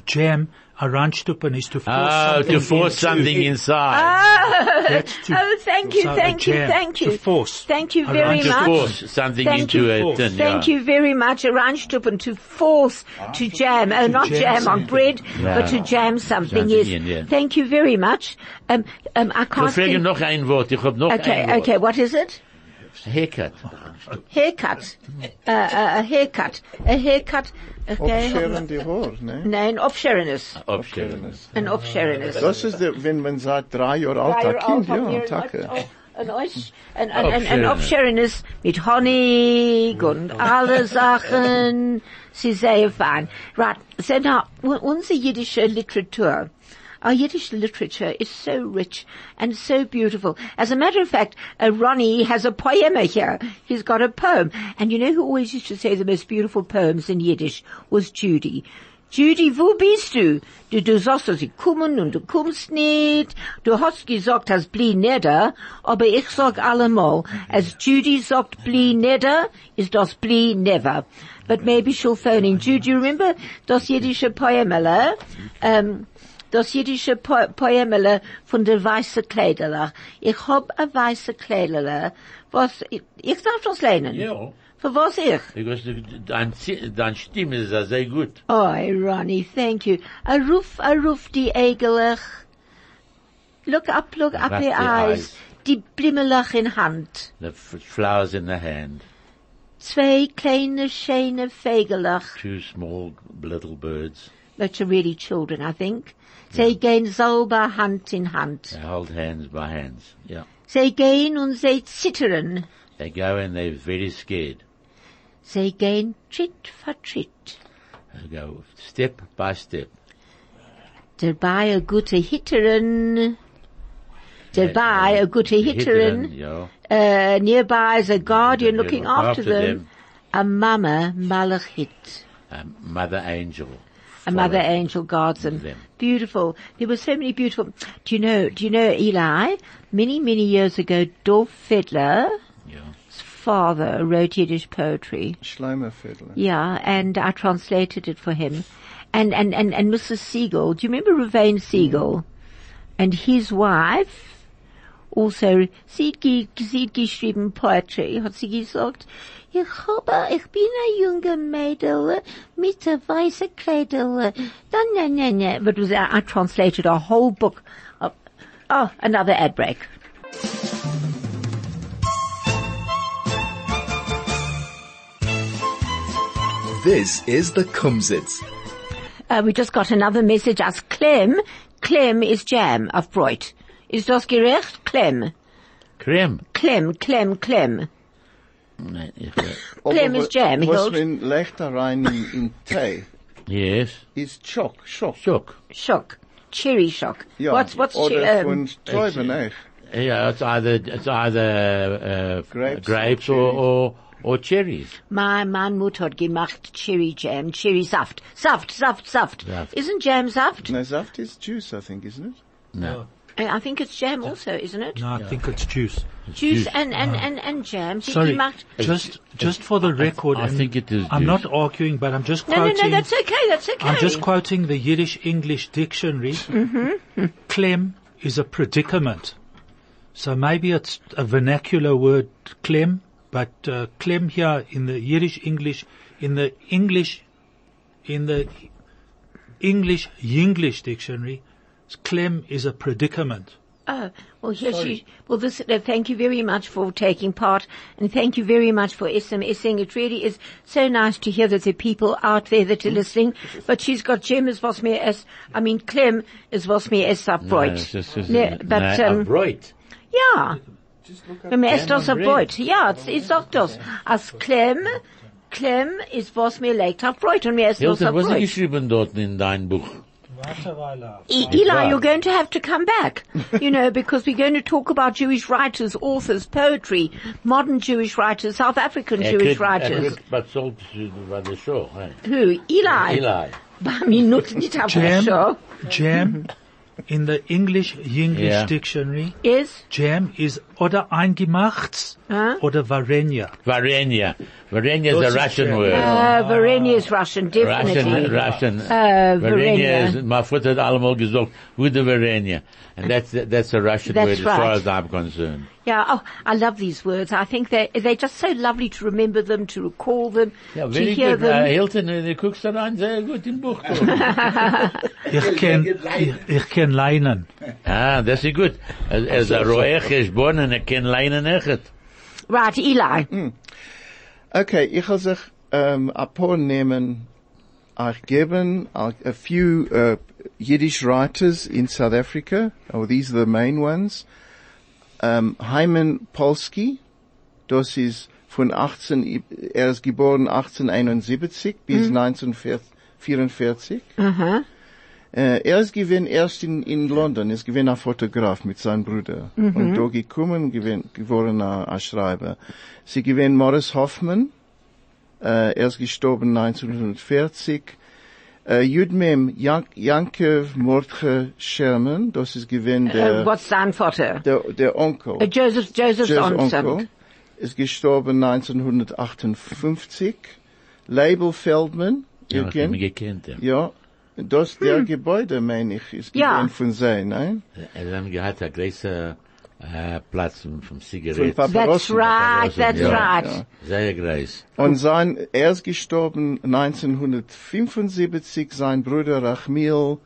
jam, a ranchtuppen is to force Oh, something to force into- something inside. That's to, Oh, thank you, so a thank you, jam, thank you. To force. Thank you A very ranch- to much. force something Thank into you. it. Force. and, Thank yeah. you very much, Reinstuppen, to force to jam, oh, not jam jam on something. bread, Yeah. but to jam something, Something yes. in, yeah. Thank you very much. Um, um, I Ich can't frage think- noch ein Wort. Ich hab noch ein Okay, Wort. okay, what is it? Haircut. Haircut. Uh, uh, a haircut. A haircut, okay. Abscheren die Haar, ne? Nein, Offshariness. Option. An Offshariness. Das ist der, wenn man sagt, drei Jahre alter Kind, ja, Tacke. Oh. Ein Oisch, ein, ein, ein, ein Opscheren. Opscheren ist mit Honig und alle Sachen. Sie sehr fein. Right. So now, u- unsere jiddische Literatur. Our Yiddish literature is so rich and so beautiful. As a matter of fact, uh, Ronnie has a poem here. He's got a poem. And you know who always used to say the most beautiful poems in Yiddish was Judy. Judy, wo bist du? Du, du sollst also kommen und du kommst nicht. Du hast gesagt, als blie neder, aber ich sag allemal, as Judy sagt blie neder, ist das blie never. But maybe she'll phone in. Judy, you remember das jiddische Poemele? Um, das jiddische po Poemele von der weiße Kleiderlach. Ich hab a weiße Kleiderlach, was, ich, ich darf das lernen. Ja. Für was ich? Because dein, Zi- dein Stimme ist ja sehr gut. Oh, Ronnie, thank you. A roof, a roof, die Egelach. Look up, look up Wrap the the eyes. eyes. Die Blimmelach in Hand. The f- flowers in the hand. Zwei kleine, schöne Fegelach. Two small little birds. Which are really children, I think. Sie gehen sauber Hand in Hand. They hold hands by hands. Yeah. Sie gehen und sie zittern. They go and they're very scared. Sie gehen Tritt für Tritt. They go step by step. Dabei a gute Hitterin. Dabei a gute Hitterin. Yeah. Uh, nearby is a guardian looking Yeah, after them. A mama malachit. Um, Mother angel. A mother Follow angel guards them. them. Beautiful. There were so many beautiful. Do you know, do you know Eli? Many, many years ago, Dorf Fiddler's Yeah. father wrote Yiddish poetry. Schleimerviertel. Yeah, and I translated it for him. And, and, and, and Mrs. Siegel, do you remember Ravain Siegel? And his wife also, sie hat ge- sie hat geschrieben Poetry, hat sie gesagt, ich habe, ich bin ein junger Mädel mit einem weißen Kleidel. Dann, nein, nein, nein. But it was, I I translated a whole book of, oh, another ad break. This is the Kumsitz. Uh, we just got another message as Clem. Clem is jam of Breut. Is das gerecht? Clem. Krem. Clem, Clem, Clem. Nee, ich- Clem Aber is jam, Was Hild. man legt da rein in, in Tee, Yes. ist Schock, Schock. Shock. Shock. Cherry shock. Ja, oh, what's, what's, che- um, oder von Träuben, echt. Yeah, it's either it's either uh, Grapes grapes or or, or or cherries. My, mein Mut hat gemacht Cherry Jam, Cherry Saft. Saft, Saft, Saft. Saft. Isn't jam Saft? No, Zaft Nou, is juice, I think, isn't it? No. I Eh, I think it's jam also, isn't it? No, I think it's juice. Ah. Juice juice. and, and, and, and jam. Sie Sorry, gemacht- just just for the record, I and think it is I'm juice. not arguing, but I'm just No, no, quoting. no, that's okay, that's okay. I'm just quoting the Yiddish English dictionary. Mm-hmm. Clem is a predicament. So maybe it's a vernacular word, clem, but uh, clem here in the Yiddish English, in the English, in the English Yinglish dictionary, clem is a predicament. Oh, well, here she, well, this, uh, thank you very much for taking part and thank you very much for SMSing. It really is so nice to hear that there are people out there that Hmm. are listening, but she's got Jem is was mir es, I mean, Clem is was mir es No, it's abreut. just- it's- No, but, no, um, abreut. Ja. Wenn man erst das Clem und erfreut. Ja, jetzt- ich sag das. Als Clem, Clem ist was mir leicht erfreut und mir erst das Hilton, was ist erfreut. geschrieben dort in dein Buch? E- Eli, Right. you're going to have to come back, you know, because we're going to talk about Jewish writers, authors, poetry, modern Jewish writers, South African Er Jewish writers. But sold to by the show, eh? Who? Eli. Eli. Bei mir nutzt nicht auf der Jam, Show. jam, Mm-hmm. in the English Yinglish Yeah. dictionary, Is? jam is oder eingemachts Huh? oder varenya. Varenya. Varenya is Those a Russian is- word. Uh, Varenya is Russian, Oh. Russian, uh, definitely. Russian. Uh, Varenya is, Varenya. my foot had allemal gesagt, with the Varenya. And that's, that's a Russian That's word as far right. as I'm concerned. Yeah, oh, I love these words. I think they, they're just so lovely to remember them, to recall them, Yeah, to very hear good. Uh, them. Hilton, uh, the cooks are on sehr gut im Buch. Ich ken, ich, ich ken leinen. ah, that's good. As, as a roer cheshbon and a ken leinen echet. Right, Eli. uh, Okay, ich will sich ähm, ein paar nehmen. Ich geben a, a few uh, Yiddish writers in South Africa. Oh, these are the main ones. Um, Hyman Polsky, das ist von 18, i- er ist geboren 1871 bis 1944. Äh, er ist gewesen erst in, in London, er ist gewesen ein Fotograf mit seinem Bruder. Und da gekommen, gewesen, geworden ein, ein Schreiber. Sie gewesen Morris Hoffman, äh, er ist gestorben 1940. Äh, Judmem Jan Jankev Mordche Sherman, das ist gewesen Uh, der, what's sein Vater? der, der Onkel. Uh, Joseph, Joseph's Jazz Onkel. Onkel ist gestorben 1958. Label Feldman, ihr Ja, kennt? gekannt. ja. Ja. Das der Gebäude, meine ich, ist Hm. Ja. gewesen von eh? sein, nein? Er hat gehabt einen größeren äh, Platz vom- vom Von Zigaretten. That's Paparossen. right, that's Ja. right. Sehr groß. Und sein, er ist gestorben 1975, sein Bruder Rachmiel Er ist ein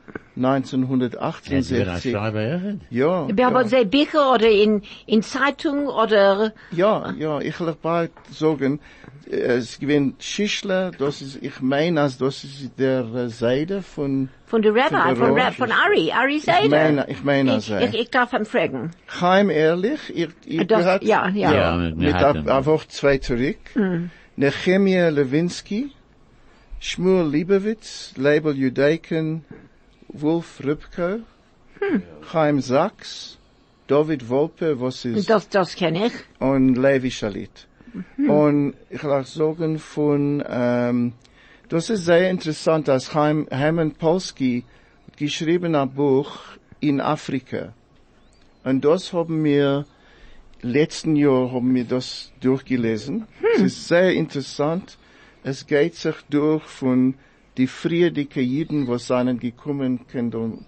1968. Schreiber. ja. Ja, Aber ja, sehr Bücher oder in, in Zeitung oder, ja, ja, ich will bald sagen, äh, es gewinnt Schischler, das ist, ich meine, als das ist der äh, Seide von, von der Rabbi, der von, Ra Roche. von Ari, Ari ich meine, Seder. ich meine, Ich, also. ich, ich darf ihn fragen. Chaim Ehrlich, ihr, ihr Das- gehört, ja, Mhm. ja. Ja, wir- wir mit hatten- einer Woche zwei zurück. Nehemia Lewinsky, Shmuel Liebowitz, Label Judaiken, Wolf Rübke, Hm. Chaim Sachs, David Wolpe, was ist, Das, das kenne ich. und Levi Shalit. Und ich will auch sagen von, ähm, das ist sehr interessant, dass Heim, Hermann Polsky geschrieben ein Buch in Afrika. Und das haben wir letzten Jahr haben wir das durchgelesen. Es ist sehr interessant. Es geht sich durch von die friedlichen Juden, was seinen gekommen sind und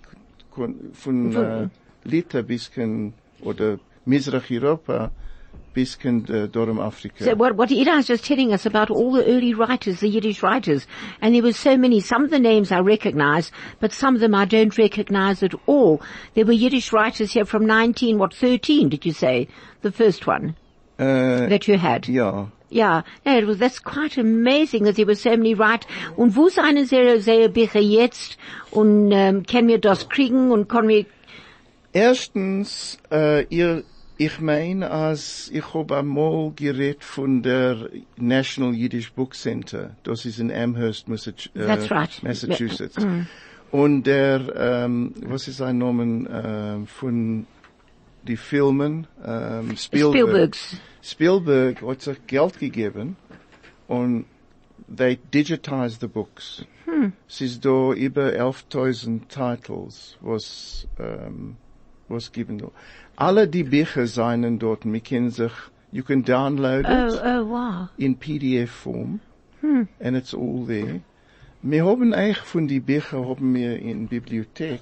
kon- von äh, Lita bis in- oder Mizrach Europa bis in äh, Dorum Afrika. So what, what Eli is just telling us about all the early writers, the Yiddish writers, and there were so many. Some of the names I recognize, but some of them I don't recognize at all. There were Yiddish writers here from 19, what, 13 did you say? The first one äh, that you had. ja. Yeah, no, it was, that's quite amazing that there were so many right. Und wo seine sehr, sehr Bücher jetzt? Und, ähm, können wir das kriegen und können wir, Erstens, äh, ihr, ich meine, als ich habe einmal geredet von der National Yiddish Book Center. Das ist in Amherst, Massachu- äh, That's right. Mm. Massachusetts. Und der, ähm, was ist sein Name ähm, von die Filmen, ähm, Spielberg. Spielbergs. Spielberg hat sich Geld gegeben und they digitized the books. Hmm. Es ist da über 11.000 Titles, was, ähm, was geben da. Alle die Bücher seien dort, man kann sich, you can download it Oh, Hmm. oh, wow. in PDF Form. And it's all there. Wir haben eigentlich von die Bücher haben wir in Bibliothek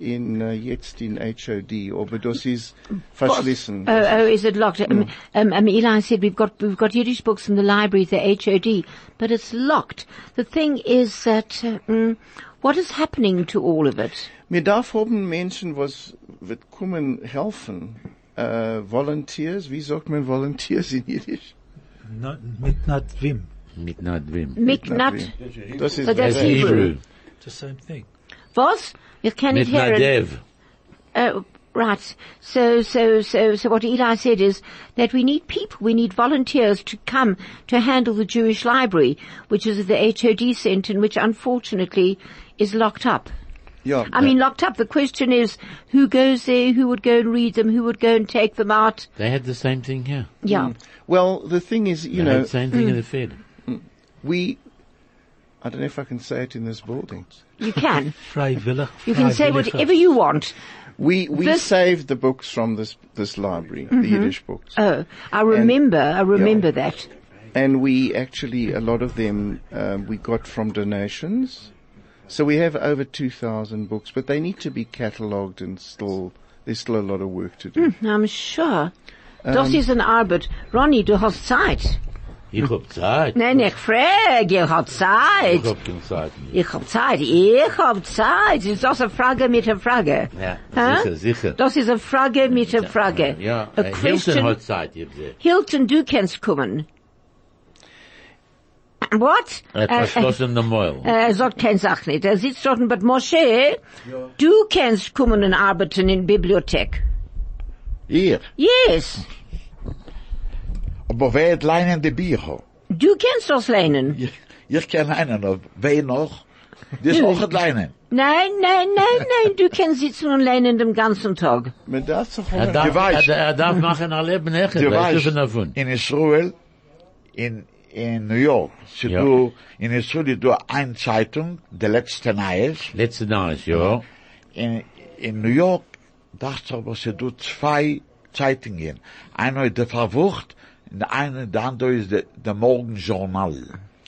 in äh, jetzt in HOD, aber das ist verschlissen. Oh, oh, is it locked? Um, um, um, Eli said we've got we've got Yiddish books in the library, the HOD, but it's locked. The thing is that uh, mm, what is happening to all of it? Mir darf haben Menschen, was wird kommen helfen. Äh, Volunteers, wie sagt man Volunteers in Jiddisch? No, midnight vim. Mit Er not wem. Miknat, Das ist But that's Hebrew. Hebrew. It's the same thing. was? You can Mit hear not it. Dev. Oh, right. So, so, so, so what Eli said is that we need people, we need volunteers to come to handle the Jewish library, which is the HOD center, and which unfortunately is locked up. Ja, I mean, locked up. The question is, who goes there? Who would go and read them? Who would go and take them out? They had the same thing here. Yeah. well, the thing is, you they know, had the same thing in the Mm. Fed. we, I don't know if I can say it in this building. You can. Freiwillig. You can say Freiwillig. whatever you want. We, we This- saved the books from this, this library, the Yiddish books. Oh, I remember, I remember that. and we actually a lot of them um, we got from donations. So we have over two thousand books, but they need to be catalogued and still there's still a lot of work to do. I'm sure. das ist ein Arbeit. Ronny, du hast Zeit. Ich hab Zeit. Nein, ich frage, ihr habt Zeit. Ich hab keine Zeit. Ich hab Zeit, ich hab Zeit. Ist das eine Frage mit einer Frage? Ja, Hä? sicher, sicher. Das ist eine Frage mit einer Frage. Ja, A äh, Hilton question- hat Zeit, ihr seht. Hilton, du kannst kommen. What? Er hat verschlossen den Mäuel. Äh, Er sagt keine Sache nicht. Er sitzt dort, but Moshe, du kannst kommen und arbeiten in Bibliothek. Hier. Yes, Aber wer hat leinen die Bücher? du kannst das lernen. Ich, ich kann leinen, aber wer noch? Das ist auch hat leinen. Nein, nein, nein, nein, du kannst sitzen und lernen den ganzen Tag. But that's a Er whole- darf, Du weißt. er, er darf machen ein Leben echt. Du Weißt du weißt, von davon? in Israel, in, in New York, sie Ja. du, in Israel, du eine Zeitung, der letzte Neues, Letzte Nacht, ja. in, in New York, dachte aber, sie du zwei Zeitungen. Einer ist der Verwucht, und der eine, der andere ist der, der Morgenjournal.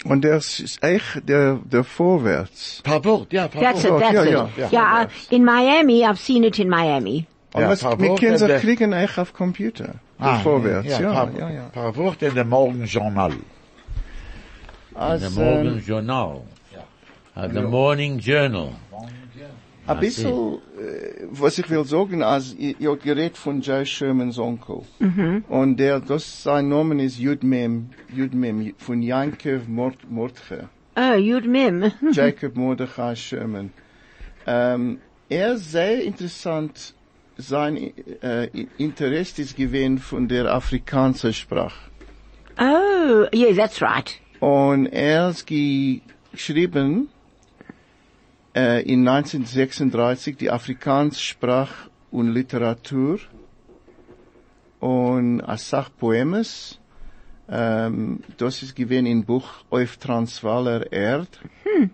Und das ist echt der der Vorwärts. Verwucht, ja, That's it, Verwucht. that's ja, it. ja, ja. yeah, in Miami, I've seen it in Miami. Und Ja, was, paar wir Worte, können sie der- klicken echt auf Computer. Ah, vorwärts, ja, ja, ja. Verwucht in der Morgenjournal. In der Also, Morgen Journal. Uh, the Morning Journal. Oh, Ah, ein bisschen, äh, was ich will sagen, als ihr ihr habt geredet von Joe Shermans Onkel. Mhm. Und der, das, sein Name ist Judmem, Judmem, von Yankev Mord, Mordche. Oh, you'd mim. Jacob Mordechai Sherman. Ähm, er sehr interessant, sein äh, Interesse ist gewesen von der afrikanischer Sprache. Oh, yeah, that's right. Und er ist geschrieben äh, in 1936 die afrikanische Sprache und Literatur und Asach Poemes. Ähm, das ist gewesen im Buch Auf Transvaler Erd. Äh,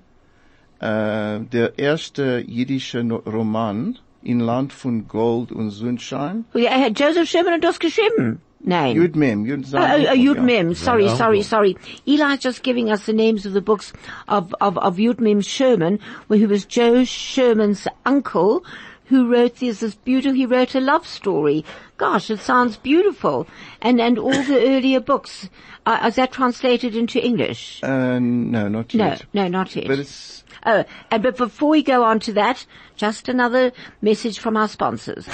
der erste jiddische No- Roman in Land von Gold und Sonnenschein. Oh, yeah, had Joseph Sherman und das geschrieben? Nein. Jud Mem, Jud Oh, oh, oh, Yud Mem. Mim. Sorry, Yeah. sorry, sorry. Eli's just giving us the names of the books of, of, of Yud Mim Sherman, where he was Joe Sherman's uncle, who wrote this, this beautiful, he wrote a love story. Gosh, it sounds beautiful. And, and all the earlier books, uh, is that translated into English? Äh, no, not No, yet. no, not But yet. it's, Oh, and but before we go on to that, just another message from our sponsors.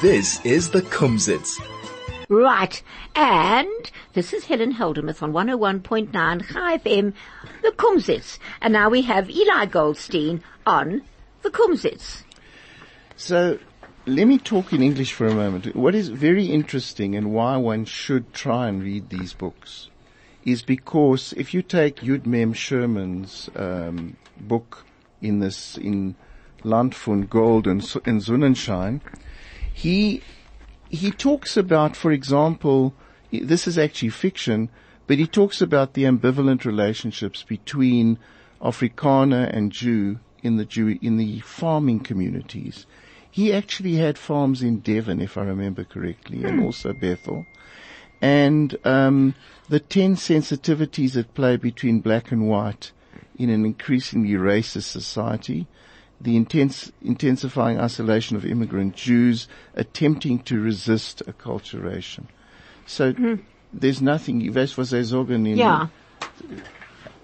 This is the Kumsitz. Right. And this is Helen Holdemouth on 101.9 High FM, the Kumsitz. And now we have Eli Goldstein on the Kumsitz. So let me talk in English for a moment. What is very interesting and why one should try and read these books is because if you take Yud Mem Sherman's um, book in this in Land von Gold and, Su- and Sonnenschein, he he talks about, for example, i- this is actually fiction, but he talks about the ambivalent relationships between Afrikaner and Jew in the Jew in the farming communities. He actually had farms in Devon, if I remember correctly, and also Bethel and um, the ten sensitivities at play between black and white in an increasingly racist society, the intense, intensifying isolation of immigrant Jews attempting to resist acculturation. So there's nothing. Weißt was er sagen in Yeah.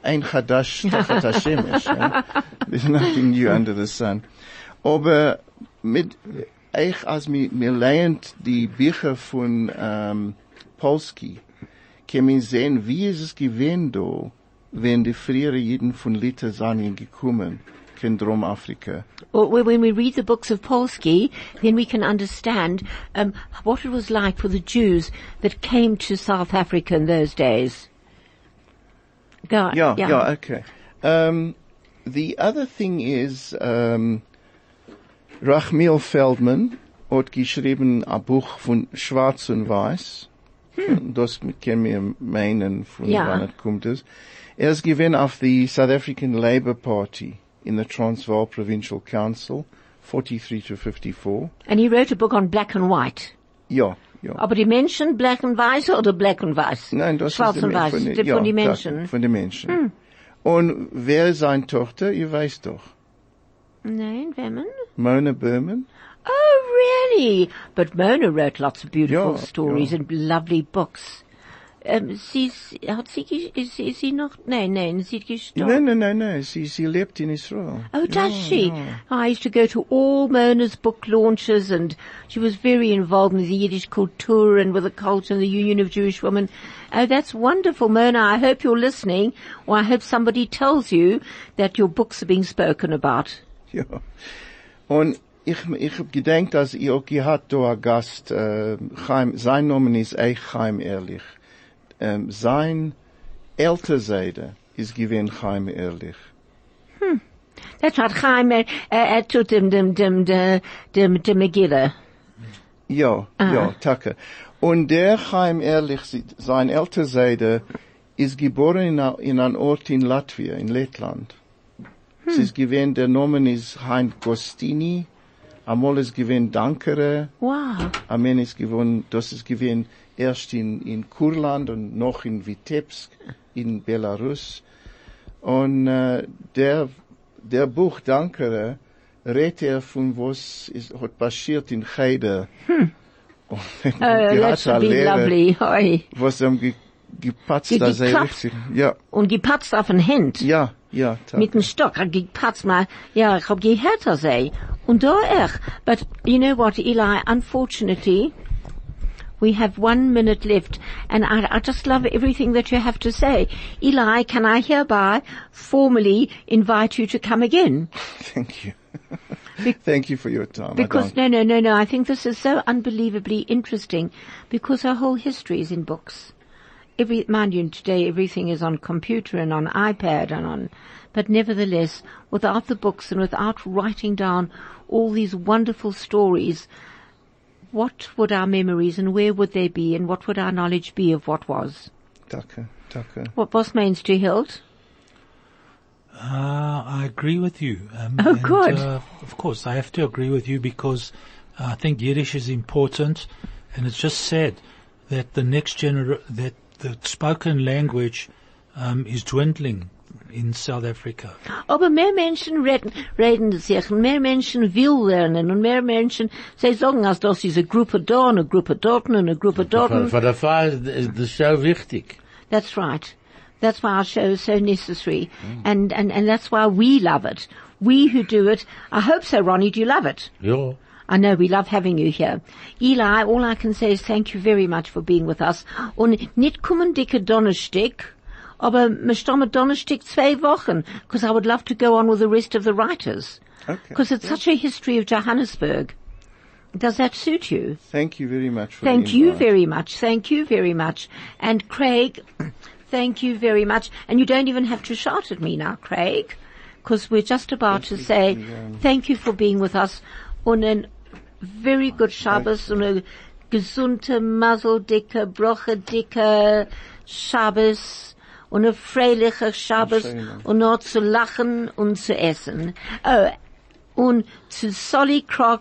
ein Chadash tachat Hashemesh. ja. There's nothing new under the sun. Aber mit, ich, als mir, mir lehnt die Bücher von, ähm, Polski, kann man sehen, wie ist es gewesen da, wenn die frühere Jiden von Litauen gekommen, von Dromafrika. Well, when when we read the books of Polsky, then we can understand um, what it was like for the Jews that came to South Africa in those days. Go on. Yeah, yeah, okay. Um, the other thing is, um, Rachmiel Feldman hat geschrieben ein Buch von Schwarz und Weiß. Das kann mir meinen, von Hm. Ja. wann es kommt. Es. Er ist gewesen auf die South African Labour Party in the Transvaal Provincial Council, 43 to 54. And he wrote a book on black and white. Ja, ja. Aber die Menschen, black and weiß oder black and weiß? Nein, das Schwarz ist der und Men- weiß, von, den- die- ja, von den klar, Menschen. Hm. Von den Menschen. Und wer ist seine Tochter? Ihr weißt doch. Nein, women? Mona Berman. Oh, really? But Mona wrote lots of beautiful Yeah, stories yeah. and lovely books. Um, sie, hat sie, gesch- ist, ist sie noch, nein, nein, sie ist gestorben. Nein, nein, nein, nein. Sie, sie lebt in Israel. Oh, does she? I used to go to all Mona's book launches and she was very involved in the Yiddish culture and with the culture and the Union of Jewish Women. Oh, that's wonderful, Mona. I hope you're listening or I hope somebody tells you that your books are being spoken about. Ja. Und ich, ich hab gedenkt, dass ihr auch gehabt, da ein Gast, äh, Chaim, sein Name ist echt Chaim Ehrlich. Ähm, sein älter Seite ist gewesen Chaim Ehrlich. That's right, Chaim, uh, uh, to dem, dem, dem, dem, dem, dem Megillah. Ja, ja, danke. Und der Chaim Ehrlich, sie- sein älter Seite ist geboren in, a- in einem Ort in Latvia, in Lettland. Es ist gewesen, der Name ist Hein Gostini, einmal ist gewesen Dankere, Wow. Amen ist gewonnen, das ist gewesen erst in, in Kurland und noch in Vitebsk in Belarus. Und äh, der, der Buch Dankere redet er von was ist, hat passiert in Heide. Hm. Oh, that's been lovely. Oi. was haben ge, gepatzt, Ge- dass er geklappt. richtig, ja, Und gepatzt auf den Hand. ja, ja, tak. Mit dem Stock, er gepatzt mal, ja, ich hab gehört, er sei. Und da er. But you know what, Eli, unfortunately, we have one minute left and I, I just love everything that you have to say. Eli, can I hereby formally invite you to come again? thank you. thank you for your time. I Because don't- no, no, no, no. I think this is so unbelievably interesting because her whole history is in books. Every mind you, today everything is on computer and on iPad and on. But nevertheless, without the books and without writing down all these wonderful stories, what would our memories and where would they be and what would our knowledge be of what was? danke, danke. What was means to hilt? Uh, I agree with you. Um, Oh, good. Uh, of course, I have to agree with you because I think Yiddish is important, and it's just sad that the next gener that the spoken language um, is dwindling in South Africa. Aber mehr Menschen reden, reden sich, und mehr Menschen will lernen, und mehr Menschen, sie sagen, als das ist eine Gruppe da, und eine Gruppe dort, und eine Gruppe dort. For, und- for the far is is the show wichtig. That's right. That's why our show is so necessary. And, and, and that's why we love it. We who do it. I hope so, Ronnie, do you love it? Yeah. I know we love having you here. Eli, all I can say is thank you very much for being with us. Und nicht kommen dicke Donnerstag, aber wir stammen Donnerstag zwei Wochen, because I would love to go on with the rest of the writers. Okay. Because it's such a history of Johannesburg. Does that suit you? Thank you very much for the Thank you invite. very much. Thank you very much. And Craig, Thank you very much. And you don't even have to shout at me now, Craig, because we're just about to say thank you um, for being with us on a very good Shabbos und a gesunde, mazeldicke, brochedicke Shabbos und a freiliche Shabbos und noch zu lachen und zu essen. Oh, und zu Solly Croc,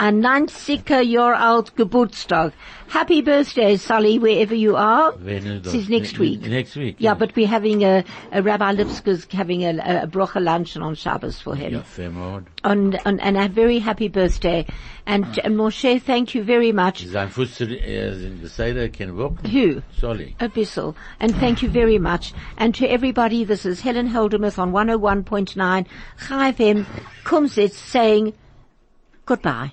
ein 90er Jahr alt Geburtstag. Happy birthday, Solly, wherever you are. Wenn er This das- is next ne- week. ne- Next week. Yeah, but we're having a, a Rabbi Lipska's having a, a, a brocha luncheon on Shabbos for him. Ja, fair mode. And, and, and a very happy birthday. And, Ah. and Moshe, thank you very much. Sein Fuß zu- er ist in Bethsaida, kann walken. Who? Sorry. Abyssal. And thank you very much. And to everybody, this is Helen Holdermuth on 101.9 Chai FM Kumsitz saying goodbye.